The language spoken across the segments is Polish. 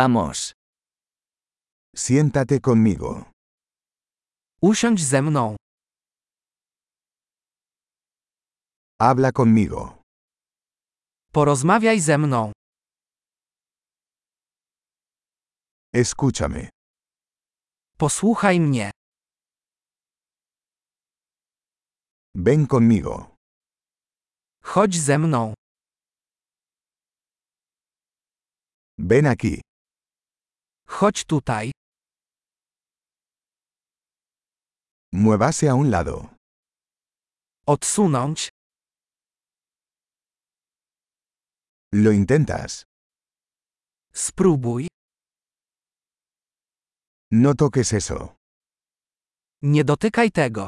Vamos. Siéntate conmigo. Usiądź ze mną. Habla conmigo. Porozmawiaj ze mną. Escúchame. Posłuchaj mnie. Ven conmigo. Chodź ze mną. Ven aquí. Chodź tutaj. Muévase a un lado. Odsunąć. Lo intentas. Spróbuj. No toques eso. Nie dotykaj tego.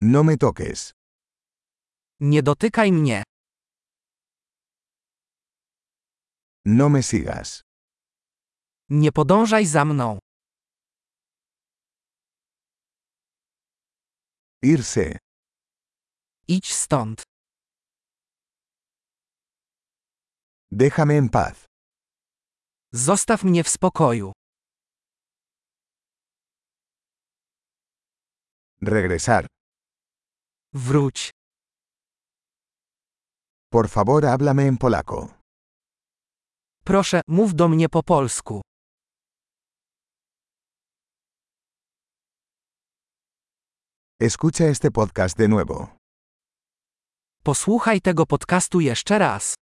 No me toques. Nie dotykaj mnie. No me sigas. Nie podążaj za mną. Irse. Idź stąd. Déjame en paz. Zostaw mnie w spokoju. Regresar. Wróć. Por favor, háblame en polaco. Proszę, mów do mnie po polsku. Escucha este podcast de nuevo. este Posłuchaj tego podcastu jeszcze raz.